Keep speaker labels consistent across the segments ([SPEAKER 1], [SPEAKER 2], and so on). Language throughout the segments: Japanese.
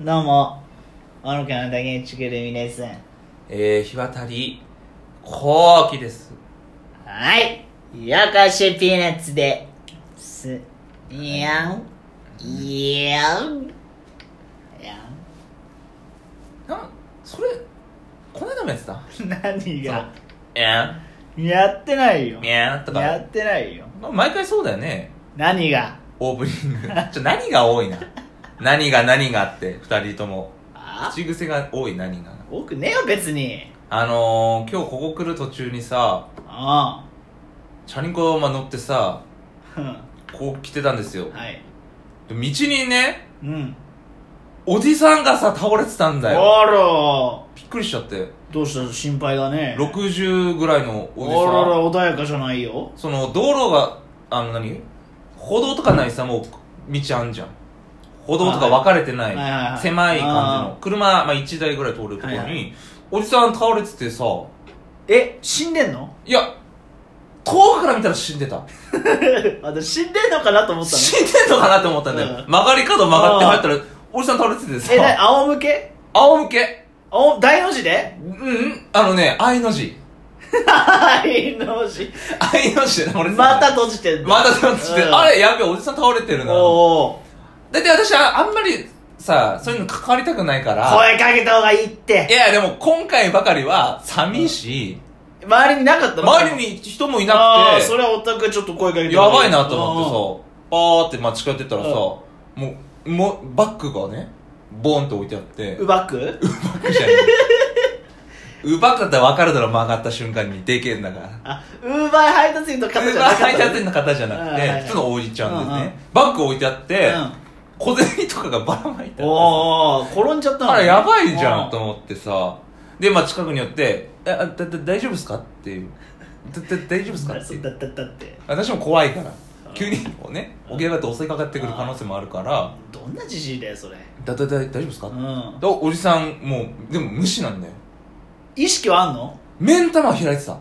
[SPEAKER 1] どうも、あのかの竹内くるみです。は
[SPEAKER 2] えー、日渡り、後期です。
[SPEAKER 1] い、やかしピーナッツです。いやん、いやん、いや
[SPEAKER 2] なん、それ、この間もやってた
[SPEAKER 1] ん。何が
[SPEAKER 2] えん
[SPEAKER 1] やってないよ。
[SPEAKER 2] みゃんとか。
[SPEAKER 1] やってないよ。
[SPEAKER 2] まあ、毎回そうだよね。
[SPEAKER 1] 何が
[SPEAKER 2] オープニング。 ちょ、何が多いな。何が何がって、二人とも。
[SPEAKER 1] あ
[SPEAKER 2] 口癖が多い何が。
[SPEAKER 1] 多くねえよ、別に。
[SPEAKER 2] あのー、今日ここ来る途中にさ、
[SPEAKER 1] あ
[SPEAKER 2] チャリンコ、まあ、乗ってさ、
[SPEAKER 1] あ。
[SPEAKER 2] こう来てたんですよ。
[SPEAKER 1] はい。
[SPEAKER 2] で道にね、
[SPEAKER 1] うん。
[SPEAKER 2] おじさんがさ、倒れてたん
[SPEAKER 1] あ
[SPEAKER 2] だよ。
[SPEAKER 1] ら、
[SPEAKER 2] びっくりしちゃって。
[SPEAKER 1] どうした心配だね。
[SPEAKER 2] 60ぐらい
[SPEAKER 1] あ
[SPEAKER 2] のおじさん。
[SPEAKER 1] らら、穏やかじゃないよ。
[SPEAKER 2] その道路があの何歩道とかないさもう道あんじゃん歩道とか分かれてない、
[SPEAKER 1] はいはいはい
[SPEAKER 2] 狭い感じ
[SPEAKER 1] あ
[SPEAKER 2] の車、まあ、1台ぐらい通るところに、
[SPEAKER 1] はいはい
[SPEAKER 2] おじさん倒れててさ
[SPEAKER 1] え、死んでんの
[SPEAKER 2] いや遠くから見たら死んでた
[SPEAKER 1] 私死んでんのかなと思ったの。
[SPEAKER 2] 死んでんのかなって思ったんだよ、
[SPEAKER 1] うん
[SPEAKER 2] 曲がり角曲がって入ったらおじさん倒れてて
[SPEAKER 1] え、なに
[SPEAKER 2] さ
[SPEAKER 1] 仰向け
[SPEAKER 2] 仰向け
[SPEAKER 1] お、大の字で
[SPEAKER 2] うんあのね愛の字
[SPEAKER 1] 大の字。
[SPEAKER 2] 愛の字で倒れて
[SPEAKER 1] また閉じてんだ
[SPEAKER 2] またそっちで、
[SPEAKER 1] うん
[SPEAKER 2] あれやべえおじさん倒れてるな
[SPEAKER 1] おうおう
[SPEAKER 2] だって私はあんまりさそういうの関わりたくないから
[SPEAKER 1] 声かけた方がいいっ
[SPEAKER 2] い
[SPEAKER 1] て。
[SPEAKER 2] やいやでも今回ばかりは寂しい、
[SPEAKER 1] 周りになかったの
[SPEAKER 2] 周りに人もいな
[SPEAKER 1] ああ、
[SPEAKER 2] く
[SPEAKER 1] それはお宅ちょっと声かけ
[SPEAKER 2] て
[SPEAKER 1] て。
[SPEAKER 2] やばいなと思ってさパーってまあ近寄ってったらさ、
[SPEAKER 1] うん
[SPEAKER 2] もうもうバッグがねボンって置いてあって
[SPEAKER 1] うバック
[SPEAKER 2] バッグじゃないウバッグだったら分かるだろ曲がった瞬間にでけえんだから
[SPEAKER 1] あ、ウーバー配達員の方
[SPEAKER 2] ウ
[SPEAKER 1] じ
[SPEAKER 2] ー
[SPEAKER 1] ゃ
[SPEAKER 2] バ
[SPEAKER 1] な
[SPEAKER 2] ー
[SPEAKER 1] かっ
[SPEAKER 2] 配
[SPEAKER 1] たの。
[SPEAKER 2] 達員の方じゃなく
[SPEAKER 1] うんはいは
[SPEAKER 2] て
[SPEAKER 1] い
[SPEAKER 2] 普通のおじちゃんです
[SPEAKER 1] うんうん
[SPEAKER 2] ねバッグ置いてあって小銭とかがばらまいてあって
[SPEAKER 1] う
[SPEAKER 2] さ
[SPEAKER 1] ん。おーおー、転んじゃったの
[SPEAKER 2] あ
[SPEAKER 1] ね
[SPEAKER 2] ら、やばいじゃ
[SPEAKER 1] うん
[SPEAKER 2] と思ってさ。で、まあ、近くに寄って、え、あだ、だ、大丈夫ですかっていう。だ、だ、大丈夫ですか
[SPEAKER 1] だ
[SPEAKER 2] っていう
[SPEAKER 1] だだだって。
[SPEAKER 2] 私も怖いから
[SPEAKER 1] うん。
[SPEAKER 2] 急に、こうね、お客がって襲いかかってくる可能性もあるから、
[SPEAKER 1] どんなじじいだよ、それ。
[SPEAKER 2] だ、だ、だ、大丈夫ですか
[SPEAKER 1] う
[SPEAKER 2] だ
[SPEAKER 1] ん。
[SPEAKER 2] おじさん、もう、でも無視なんだよ。
[SPEAKER 1] 意識はあんの
[SPEAKER 2] 目ん玉開いてた。
[SPEAKER 1] う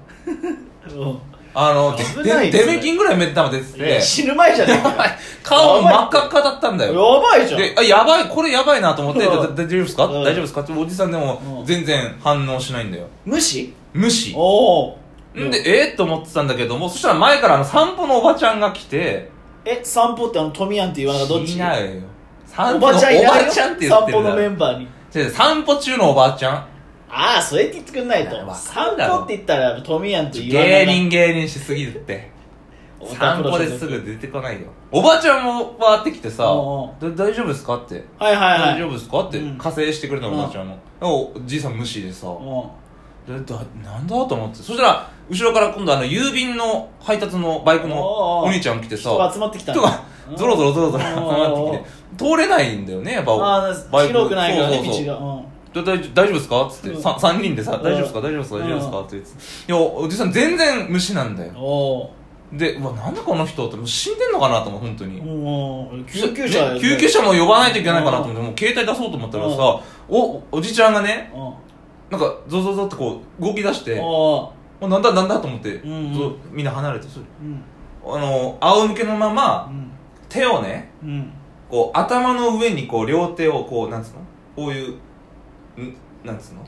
[SPEAKER 2] あの、
[SPEAKER 1] 危
[SPEAKER 2] で、
[SPEAKER 1] ないで
[SPEAKER 2] で、
[SPEAKER 1] す
[SPEAKER 2] デ
[SPEAKER 1] ね
[SPEAKER 2] メキンぐらい目ん玉出て
[SPEAKER 1] んいや。
[SPEAKER 2] て、
[SPEAKER 1] 死ぬ前じゃねえかよ。
[SPEAKER 2] 顔真っ赤っかだったんだ
[SPEAKER 1] や
[SPEAKER 2] よ。
[SPEAKER 1] ばいじゃん。
[SPEAKER 2] で、あ、やばい、これやばいなと思って、
[SPEAKER 1] うん
[SPEAKER 2] だ、だ、大丈夫ですか
[SPEAKER 1] うん
[SPEAKER 2] 大丈夫ですかっておじさんで
[SPEAKER 1] う
[SPEAKER 2] も
[SPEAKER 1] ん
[SPEAKER 2] 全然反応しないんだよ。
[SPEAKER 1] 無視
[SPEAKER 2] 無視。
[SPEAKER 1] おお。
[SPEAKER 2] んで、えー、と思ってたんだけども、そしたら前からあの散歩のおばちゃんが来て、
[SPEAKER 1] え、散歩ってあの、トミヤンって言わなかったどっち
[SPEAKER 2] 違うよ。散
[SPEAKER 1] お
[SPEAKER 2] 歩
[SPEAKER 1] ば
[SPEAKER 2] の
[SPEAKER 1] ちゃんい
[SPEAKER 2] お
[SPEAKER 1] ないよ
[SPEAKER 2] ばちゃんって言っ
[SPEAKER 1] 散
[SPEAKER 2] て
[SPEAKER 1] 歩
[SPEAKER 2] る
[SPEAKER 1] の
[SPEAKER 2] だ
[SPEAKER 1] メ
[SPEAKER 2] ろ
[SPEAKER 1] ンバーに。
[SPEAKER 2] 違う散歩中のおばあちゃん。
[SPEAKER 1] ああ、それって言ってくんない
[SPEAKER 2] いや
[SPEAKER 1] と。
[SPEAKER 2] わか
[SPEAKER 1] 散
[SPEAKER 2] るだろ
[SPEAKER 1] 歩って言ったら、トミヤンと言わない。
[SPEAKER 2] 芸人芸人しすぎるって。
[SPEAKER 1] お宅
[SPEAKER 2] 散
[SPEAKER 1] の
[SPEAKER 2] 歩
[SPEAKER 1] 所
[SPEAKER 2] で
[SPEAKER 1] 属
[SPEAKER 2] すぐ出てこないよ。おばあちゃんもわーってきてさ、だ
[SPEAKER 1] お
[SPEAKER 2] 大丈夫ですかって。
[SPEAKER 1] はいはいはい。
[SPEAKER 2] 大丈夫ですかって
[SPEAKER 1] うん
[SPEAKER 2] 加勢してくれたのおばあちゃんも。おじいさん無視でさ、
[SPEAKER 1] 夫。
[SPEAKER 2] でだなんだと思って。そしたら、後ろから今度あの郵便の配達のバイクのお兄ちゃん来てさ、
[SPEAKER 1] 人が集まってきた
[SPEAKER 2] 人がゾロゾロゾロゾロ集まってきて通れないんだよねやっぱ
[SPEAKER 1] ああ、広くないからね、
[SPEAKER 2] そうそうそう
[SPEAKER 1] 道が。うん
[SPEAKER 2] だ大丈夫大丈夫ですかっつっ
[SPEAKER 1] うん
[SPEAKER 2] てさ三人でさ
[SPEAKER 1] うん
[SPEAKER 2] 「大丈夫ですか大丈夫ですか
[SPEAKER 1] うん
[SPEAKER 2] 大丈夫ですか?」って言っていやおじさん全然無視なんだよ
[SPEAKER 1] おお。
[SPEAKER 2] でうわなんだこの人ってもう死んでんのかなと思う本当に
[SPEAKER 1] おお。救急車だよ
[SPEAKER 2] ね
[SPEAKER 1] ね。
[SPEAKER 2] 救急車も呼ばないといけないかなと思ってもう携帯出そうと思ったらさおおじちゃんがね
[SPEAKER 1] うん。
[SPEAKER 2] なんかゾゾゾってこう動き出して
[SPEAKER 1] お
[SPEAKER 2] も
[SPEAKER 1] お。
[SPEAKER 2] うなんだなんだと思って
[SPEAKER 1] うんうん
[SPEAKER 2] ゾみんな離れてそれ
[SPEAKER 1] うん。
[SPEAKER 2] あの仰向けのま
[SPEAKER 1] う
[SPEAKER 2] ま
[SPEAKER 1] ん。
[SPEAKER 2] 手をね
[SPEAKER 1] うん。
[SPEAKER 2] こう頭の上にこう両手をこうなんつうのこういうんなんつうの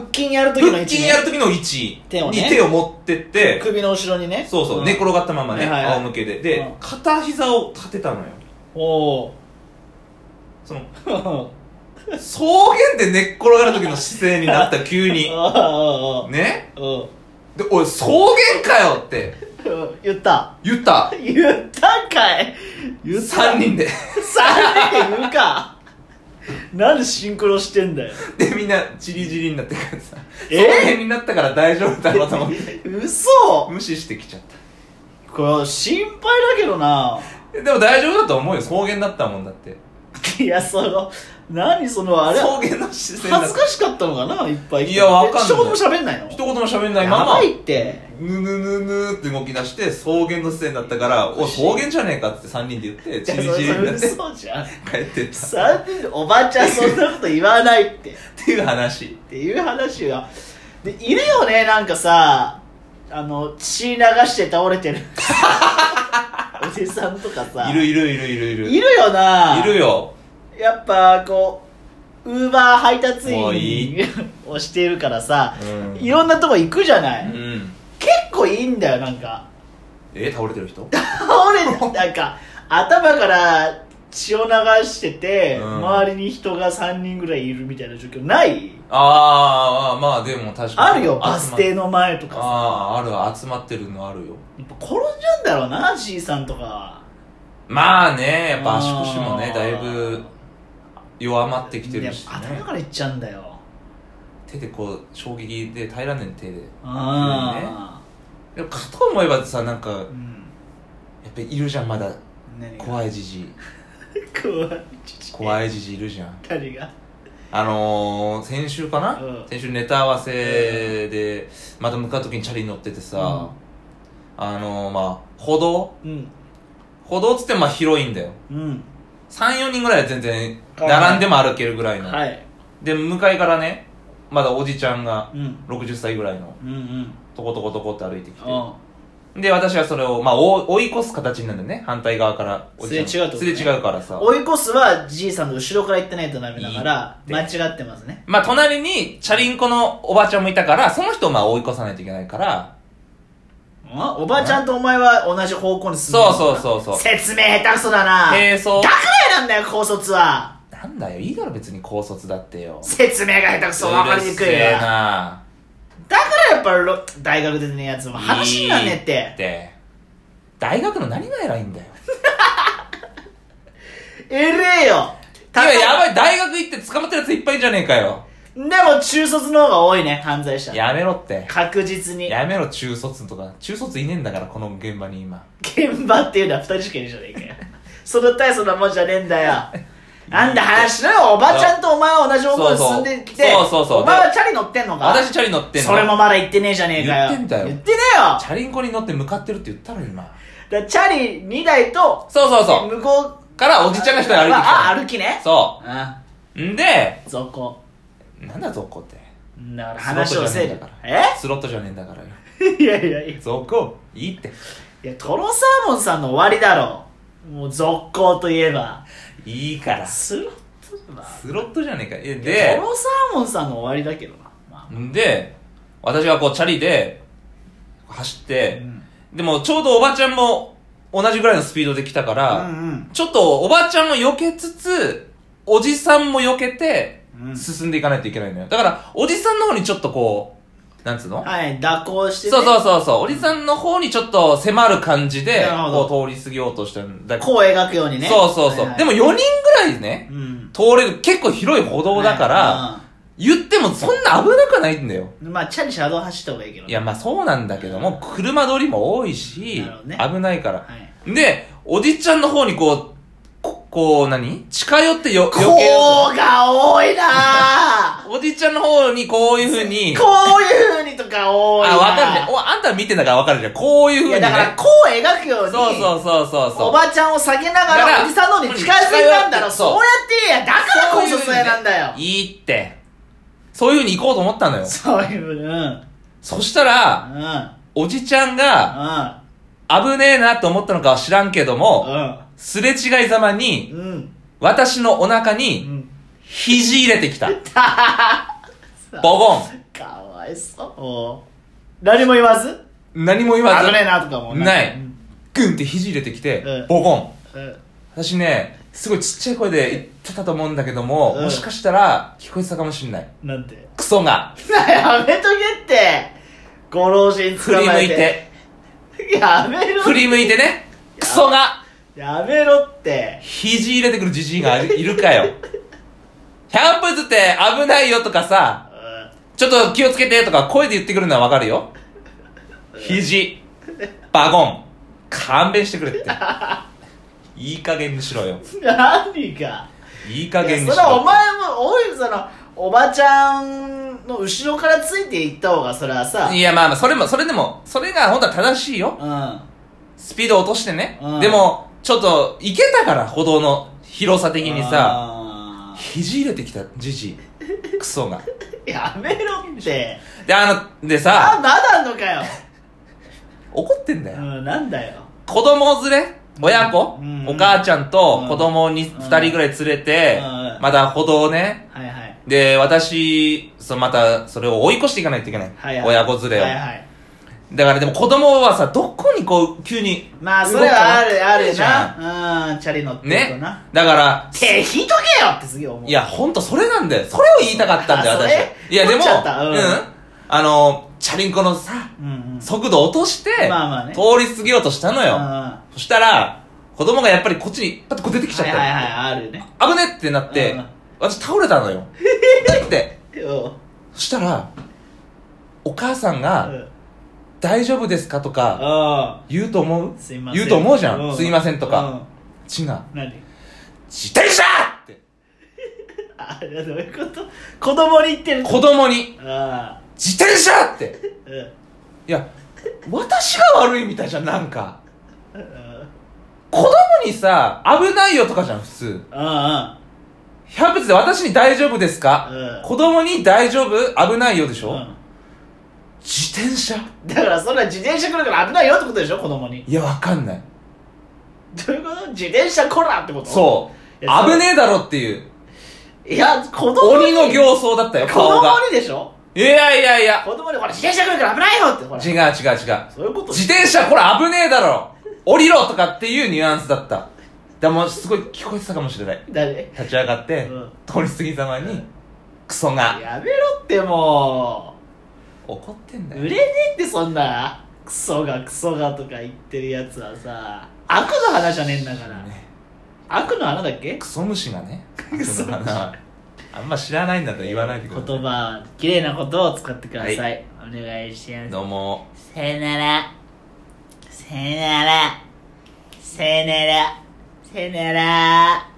[SPEAKER 1] 腹筋やる時の位
[SPEAKER 2] 腹
[SPEAKER 1] 置
[SPEAKER 2] 筋
[SPEAKER 1] ね。
[SPEAKER 2] やる時の位置
[SPEAKER 1] 手を
[SPEAKER 2] に
[SPEAKER 1] ね
[SPEAKER 2] 手を持ってって
[SPEAKER 1] 首の後ろにね。
[SPEAKER 2] そうそう、
[SPEAKER 1] ん
[SPEAKER 2] 寝転がったまま
[SPEAKER 1] は
[SPEAKER 2] ね、
[SPEAKER 1] いはいはい
[SPEAKER 2] 仰向けで
[SPEAKER 1] う
[SPEAKER 2] で
[SPEAKER 1] ん
[SPEAKER 2] 片膝を立てたのよ
[SPEAKER 1] おお。
[SPEAKER 2] その草原で寝っ転がる時の姿勢になった急 に
[SPEAKER 1] あ
[SPEAKER 2] ね
[SPEAKER 1] あ、うん。
[SPEAKER 2] で俺草原かよって
[SPEAKER 1] 言った。
[SPEAKER 2] 言った
[SPEAKER 1] 言ったんかい言った。
[SPEAKER 2] 3人
[SPEAKER 1] 3
[SPEAKER 2] で
[SPEAKER 1] 人言うかなんでシンクロしてんだよ
[SPEAKER 2] でみんなチリチリになってくるさ
[SPEAKER 1] え
[SPEAKER 2] 草原になったから大丈夫だろうと思って
[SPEAKER 1] 嘘
[SPEAKER 2] 無視してきちゃった
[SPEAKER 1] これ心配だけどな
[SPEAKER 2] でも大丈夫だと思うよ草原だったもんだって
[SPEAKER 1] いやその何そのあれ
[SPEAKER 2] 草原の姿勢だ
[SPEAKER 1] 恥ずかしかったのかないっぱい
[SPEAKER 2] いやわかんない
[SPEAKER 1] 一言も喋んないの
[SPEAKER 2] 一言も喋んない
[SPEAKER 1] や
[SPEAKER 2] まま
[SPEAKER 1] ばいって
[SPEAKER 2] ぬぬぬぬって動き出して草原の姿勢になったから「おい草原じゃねえか」って3人で言って
[SPEAKER 1] じ
[SPEAKER 2] チ
[SPEAKER 1] ゃあ
[SPEAKER 2] リ
[SPEAKER 1] そ
[SPEAKER 2] チリに
[SPEAKER 1] れ
[SPEAKER 2] なって
[SPEAKER 1] 嘘じゃん
[SPEAKER 2] 帰ってったっ
[SPEAKER 1] 3人でおばちゃんそんなこと言わないってって
[SPEAKER 2] いう話
[SPEAKER 1] ていう話はでいるよねなんかさあの血流して倒れて るおじさんとかさ
[SPEAKER 2] いるいるいるいるいる
[SPEAKER 1] いるよない
[SPEAKER 2] るよ
[SPEAKER 1] やっぱこウーバー配達
[SPEAKER 2] もうい
[SPEAKER 1] 員 をしてるからさ、
[SPEAKER 2] うん
[SPEAKER 1] いろんなとこ行くじゃない、
[SPEAKER 2] うん
[SPEAKER 1] 結構いいんだよなんか
[SPEAKER 2] え倒れて る人
[SPEAKER 1] 倒れなんか頭から血を流してて、
[SPEAKER 2] うん
[SPEAKER 1] 周りに人が3人ぐらいいるみたいな状況ない
[SPEAKER 2] ああまあでも確かに
[SPEAKER 1] あるよバス停
[SPEAKER 2] の
[SPEAKER 1] の前とかさ
[SPEAKER 2] ああある集まってるのあるよ
[SPEAKER 1] やっぱ転んじゃうんだろうなじいさんとか
[SPEAKER 2] まあねやっぱ足腰も
[SPEAKER 1] あ
[SPEAKER 2] ね
[SPEAKER 1] ー
[SPEAKER 2] だいぶ弱まってきてるし、
[SPEAKER 1] でも頭
[SPEAKER 2] ね、
[SPEAKER 1] からいっちゃうんだよ
[SPEAKER 2] 手でこう衝撃で平らねん手で
[SPEAKER 1] あ
[SPEAKER 2] でもかと思えばさなんかや
[SPEAKER 1] あ、うん
[SPEAKER 2] っぱいるじゃんまだ怖
[SPEAKER 1] い
[SPEAKER 2] いじじい
[SPEAKER 1] 怖いい
[SPEAKER 2] 怖いじじいいるじゃん
[SPEAKER 1] 誰が
[SPEAKER 2] あのー、先週かな、
[SPEAKER 1] うん
[SPEAKER 2] 先週ネタ合わせでまた向かう時にチャリに乗っててさ、あのー、まあ歩道
[SPEAKER 1] うん
[SPEAKER 2] 歩道っつってもまあ広いんだよ
[SPEAKER 1] うん
[SPEAKER 2] 34人ぐらいは全然
[SPEAKER 1] はいはい
[SPEAKER 2] 並んでも歩けるぐらいの、
[SPEAKER 1] はい
[SPEAKER 2] で向かいからねまだおじちゃんが
[SPEAKER 1] うん
[SPEAKER 2] 60歳ぐらいの
[SPEAKER 1] うんうん
[SPEAKER 2] とことことこって歩いてきて
[SPEAKER 1] あ
[SPEAKER 2] で私はそれを、まあ、お追い越す形になるんだよね反対側からおじちゃん
[SPEAKER 1] すれ違うってことね
[SPEAKER 2] すれ違うからさ
[SPEAKER 1] 追い越すはじいさんの後ろから行ってないとダメだから
[SPEAKER 2] いい
[SPEAKER 1] 間違ってますね
[SPEAKER 2] まあ隣にチャリンコのおばちゃんもいたからその人をまあ追い越さないといけないから
[SPEAKER 1] あおばちゃんとお前は同じ方向に進む
[SPEAKER 2] そうそうそうそう
[SPEAKER 1] 説明下手くそだな
[SPEAKER 2] 並走
[SPEAKER 1] だからなんだよ高卒は
[SPEAKER 2] なんだよいいだろ別に高卒だってよ
[SPEAKER 1] 説明が下手くそ分かりにく
[SPEAKER 2] うる
[SPEAKER 1] い
[SPEAKER 2] せえ
[SPEAKER 1] わ
[SPEAKER 2] な
[SPEAKER 1] だ からやっぱりろ大学出てねえやつも話になんねえっ
[SPEAKER 2] いいってて大学の何が偉いんだよ
[SPEAKER 1] えれえよ
[SPEAKER 2] いややばい大学行って捕まってるやついっぱいいんじゃねえかよ
[SPEAKER 1] でも中卒の方が多いね犯罪者
[SPEAKER 2] やめろって
[SPEAKER 1] 確実に
[SPEAKER 2] やめろ中卒とか中卒いねえんだからこの現場に今
[SPEAKER 1] 現場っていうのは二人しかいるじゃねえかよその大層なもんじゃねえんだよなんだ話しろよおばちゃんとお前は同じ方向に進んできて
[SPEAKER 2] そうそうそうそうそう
[SPEAKER 1] お前はチャリ乗ってんのか
[SPEAKER 2] 私チャリ乗ってんの
[SPEAKER 1] それもまだ言ってねえじゃねえかよ
[SPEAKER 2] 言ってんだよ
[SPEAKER 1] 言ってねえよ
[SPEAKER 2] チャリンコに乗って向かってるって言ったろ今
[SPEAKER 1] だからチャリ2台と
[SPEAKER 2] そうそうそう
[SPEAKER 1] 向こう
[SPEAKER 2] からおじちゃんが一人歩いてきたの
[SPEAKER 1] ああ歩きね
[SPEAKER 2] そ
[SPEAKER 1] あ
[SPEAKER 2] うんで
[SPEAKER 1] そこ
[SPEAKER 2] なんだ続行って
[SPEAKER 1] だから話をせ
[SPEAKER 2] スロットじゃねえん
[SPEAKER 1] る
[SPEAKER 2] だから
[SPEAKER 1] え
[SPEAKER 2] スロットじゃねえんだからよ
[SPEAKER 1] いやいやいや
[SPEAKER 2] 続行いいって
[SPEAKER 1] いやトロサーモンさんの終わりだろもう続行といえば
[SPEAKER 2] いいから
[SPEAKER 1] ス
[SPEAKER 2] ス
[SPEAKER 1] ロットまあ
[SPEAKER 2] ロットじゃねえかえ
[SPEAKER 1] ト
[SPEAKER 2] で
[SPEAKER 1] ロサーモンさんの終わりだけどな、まあ
[SPEAKER 2] んで私はこうチャリで走って、
[SPEAKER 1] うん
[SPEAKER 2] でもちょうどおばちゃんも同じぐらいのスピードで来たか
[SPEAKER 1] う
[SPEAKER 2] ら、
[SPEAKER 1] ん
[SPEAKER 2] ちょっとおばちゃんも避けつつおじさんも避けて
[SPEAKER 1] うん
[SPEAKER 2] 進んでいかないといけないのよだからおじさんの方にちょっとこうなんつうの
[SPEAKER 1] はい蛇行して、ね、
[SPEAKER 2] そうそうそうそう、おじさんの方にちょっと迫る感じで、
[SPEAKER 1] なるほど
[SPEAKER 2] こう通り過ぎようとしてるんだけど、
[SPEAKER 1] こう描くようにね
[SPEAKER 2] そうそうそう、でも4
[SPEAKER 1] よ
[SPEAKER 2] 人ぐらいね、
[SPEAKER 1] うん
[SPEAKER 2] 通れる結構広い歩道だから、言ってもそんな危なくはないんだよ。
[SPEAKER 1] うんまあチャリ車道走った方がいいけど
[SPEAKER 2] いや、まあそうなんだけども、車通りも多いし、
[SPEAKER 1] なるほどね
[SPEAKER 2] 危ないから、
[SPEAKER 1] はい
[SPEAKER 2] で、おじちゃんの方にこう、ここう何近寄ってよ、
[SPEAKER 1] こ
[SPEAKER 2] よけよ
[SPEAKER 1] うが多いなぁ
[SPEAKER 2] うおじちゃんの方にこういう風に、
[SPEAKER 1] こういう風にとか
[SPEAKER 2] あ、
[SPEAKER 1] 多いなぁ
[SPEAKER 2] わかるじゃん。おあんた見てんだからわかるじゃん。こういう
[SPEAKER 1] い
[SPEAKER 2] 風
[SPEAKER 1] や
[SPEAKER 2] に、
[SPEAKER 1] だ
[SPEAKER 2] ね。
[SPEAKER 1] からこう描くように
[SPEAKER 2] そうそうそうそうそう。
[SPEAKER 1] おばちゃんを下げなが
[SPEAKER 2] だからら
[SPEAKER 1] おじさんの方に近づいたんだろ
[SPEAKER 2] そう
[SPEAKER 1] そうやって言えやだからこそそうやなんだよ
[SPEAKER 2] いいって。そういう風に行こうと思ったのよ。
[SPEAKER 1] そういううんうん
[SPEAKER 2] そしたら、
[SPEAKER 1] うん
[SPEAKER 2] おじちゃんが、危ねえなと思ったのかは知らんけども、すれ違いざまに、
[SPEAKER 1] うんうん
[SPEAKER 2] 私のお腹
[SPEAKER 1] う
[SPEAKER 2] に、
[SPEAKER 1] ん
[SPEAKER 2] 肘入れてきた。ボゴ
[SPEAKER 1] かわいそう何も言わず
[SPEAKER 2] ン。何も言わ
[SPEAKER 1] 危
[SPEAKER 2] ず
[SPEAKER 1] ねえ、なとかも
[SPEAKER 2] ない
[SPEAKER 1] うん
[SPEAKER 2] グンって肘入れてき
[SPEAKER 1] う
[SPEAKER 2] て
[SPEAKER 1] ん、
[SPEAKER 2] ボゴン。
[SPEAKER 1] うん
[SPEAKER 2] 私ね、すごいちっちゃい声で言ってたと思うんだけども、
[SPEAKER 1] うん
[SPEAKER 2] もしかしたら聞こえてたかもしんない。
[SPEAKER 1] なんて
[SPEAKER 2] クソが、
[SPEAKER 1] やめとけってご老人
[SPEAKER 2] 振
[SPEAKER 1] 捕
[SPEAKER 2] り
[SPEAKER 1] ま
[SPEAKER 2] 向
[SPEAKER 1] え
[SPEAKER 2] いて、
[SPEAKER 1] てやめろ
[SPEAKER 2] 振り向いてね、クソが、
[SPEAKER 1] やめろって
[SPEAKER 2] 肘入れてくるじじいがいるかよ。キャンプズって危ないよとかさ、ちょっと気をつけてとか声で言ってくるのはわかるよ。肘、バゴン、勘弁してくれって。いい加減にしろよ。
[SPEAKER 1] うん何が
[SPEAKER 2] いい加減
[SPEAKER 1] い
[SPEAKER 2] に
[SPEAKER 1] や
[SPEAKER 2] し
[SPEAKER 1] それはお
[SPEAKER 2] ろ。
[SPEAKER 1] 前もおいそのおばちゃんの後ろからついていった方がそれはさ
[SPEAKER 2] いやまあまあ、それも、それでも、それが本当は正しいよ。
[SPEAKER 1] う
[SPEAKER 2] スピード落としてね
[SPEAKER 1] うん。
[SPEAKER 2] でも、ちょっと、行けたから、歩道の広さ的
[SPEAKER 1] ん
[SPEAKER 2] にさ、
[SPEAKER 1] さ
[SPEAKER 2] 肘入れてきた、じじい。クソが。
[SPEAKER 1] やめろって
[SPEAKER 2] で、あの、で
[SPEAKER 1] あ
[SPEAKER 2] さ、
[SPEAKER 1] まだあんのかよ
[SPEAKER 2] 怒ってんだよ。
[SPEAKER 1] うんなんだよ
[SPEAKER 2] 子供連れ親子、
[SPEAKER 1] うん
[SPEAKER 2] お母ちゃんと
[SPEAKER 1] うん
[SPEAKER 2] 子供に
[SPEAKER 1] うん
[SPEAKER 2] 2人ぐらい連れて、
[SPEAKER 1] うん
[SPEAKER 2] まだ歩道をね。
[SPEAKER 1] はいはい
[SPEAKER 2] で、私、そのまた、それを追い越していかないといけない。
[SPEAKER 1] はいはい
[SPEAKER 2] 親子連れを、
[SPEAKER 1] はいはい
[SPEAKER 2] だからでも子供はさ、どこにこう、急に。
[SPEAKER 1] まあそれはあ
[SPEAKER 2] 動く
[SPEAKER 1] るあ
[SPEAKER 2] か分かんない
[SPEAKER 1] る
[SPEAKER 2] じゃん。
[SPEAKER 1] なうんチャリ乗ってると
[SPEAKER 2] ね
[SPEAKER 1] な。
[SPEAKER 2] だから、
[SPEAKER 1] 手引いとけよってすげえ思う
[SPEAKER 2] い
[SPEAKER 1] い
[SPEAKER 2] や、ほんとそれなんだよ。それを言いたかったんだよ、
[SPEAKER 1] あそ
[SPEAKER 2] 私
[SPEAKER 1] れ
[SPEAKER 2] は。いや、で
[SPEAKER 1] 思っ
[SPEAKER 2] も、
[SPEAKER 1] ちゃったうん
[SPEAKER 2] あの、チャリンコのさ、
[SPEAKER 1] うんうん
[SPEAKER 2] 速度落として、
[SPEAKER 1] まあまあね
[SPEAKER 2] 通り過ぎようとしたのよ。
[SPEAKER 1] うん
[SPEAKER 2] そしたら、子供がやっぱりこっちに、パッとこう出てきちゃっ
[SPEAKER 1] はい
[SPEAKER 2] た
[SPEAKER 1] はい
[SPEAKER 2] の、
[SPEAKER 1] はいあるね
[SPEAKER 2] 危ねってなって、
[SPEAKER 1] うん
[SPEAKER 2] 私倒れたのよ。だって、
[SPEAKER 1] うん
[SPEAKER 2] そしたら、お母さん
[SPEAKER 1] う
[SPEAKER 2] が、
[SPEAKER 1] ん
[SPEAKER 2] 大丈夫ですかとか、
[SPEAKER 1] あ
[SPEAKER 2] 言うと思う
[SPEAKER 1] あすいません
[SPEAKER 2] 言うと思うじゃんすいませんとか違う。
[SPEAKER 1] うん何
[SPEAKER 2] 自転車って、
[SPEAKER 1] あれどういうこと子供に言ってる
[SPEAKER 2] 子供に、
[SPEAKER 1] ああ
[SPEAKER 2] 自転車って。
[SPEAKER 1] うんうん
[SPEAKER 2] いや、私が悪いみたいじゃん、なんか。
[SPEAKER 1] うん
[SPEAKER 2] 子供にさ、危ないよとかじゃん、普通。
[SPEAKER 1] うん
[SPEAKER 2] 百物で私に大丈夫ですか、
[SPEAKER 1] うん
[SPEAKER 2] 子供に大丈夫危ないよでしょ、
[SPEAKER 1] うん
[SPEAKER 2] 自転車
[SPEAKER 1] だからそんな自転車来るから危ないよってことでしょ子供に
[SPEAKER 2] いや、わかんない。
[SPEAKER 1] どういうこと自転車来らってこと
[SPEAKER 2] そう。
[SPEAKER 1] いやそう
[SPEAKER 2] 危ねえだろっていう。
[SPEAKER 1] ういや子供に
[SPEAKER 2] 鬼の形相だったよ、
[SPEAKER 1] 子
[SPEAKER 2] 顔が。
[SPEAKER 1] 供にでしょ
[SPEAKER 2] いやいやいや。
[SPEAKER 1] 子供にほら自転車来るから危ないよってほら
[SPEAKER 2] 違う違う違う。
[SPEAKER 1] そういうこと
[SPEAKER 2] 自転車これ危ねえだろ降りろとかっていうニュアンスだった。でも、すごい聞こえてたかもしれない。
[SPEAKER 1] 誰
[SPEAKER 2] 立ち上がって、
[SPEAKER 1] うん
[SPEAKER 2] 通り過ぎざまに、クソが、
[SPEAKER 1] やめろっても
[SPEAKER 2] 怒ってん
[SPEAKER 1] う
[SPEAKER 2] だ
[SPEAKER 1] 売
[SPEAKER 2] よ。
[SPEAKER 1] れねえってそんなクソがクソがとか言ってるやつはさ悪の花じゃねえんだから
[SPEAKER 2] ね
[SPEAKER 1] 悪の花だっけ
[SPEAKER 2] クソ虫がね
[SPEAKER 1] クソ虫
[SPEAKER 2] あのあんま知らないんだったら言わないでくださ
[SPEAKER 1] 言葉は綺麗なことを使ってください、お願いしま
[SPEAKER 2] い
[SPEAKER 1] す
[SPEAKER 2] どうも
[SPEAKER 1] さよなら。さよなら。さよなら。さよなら。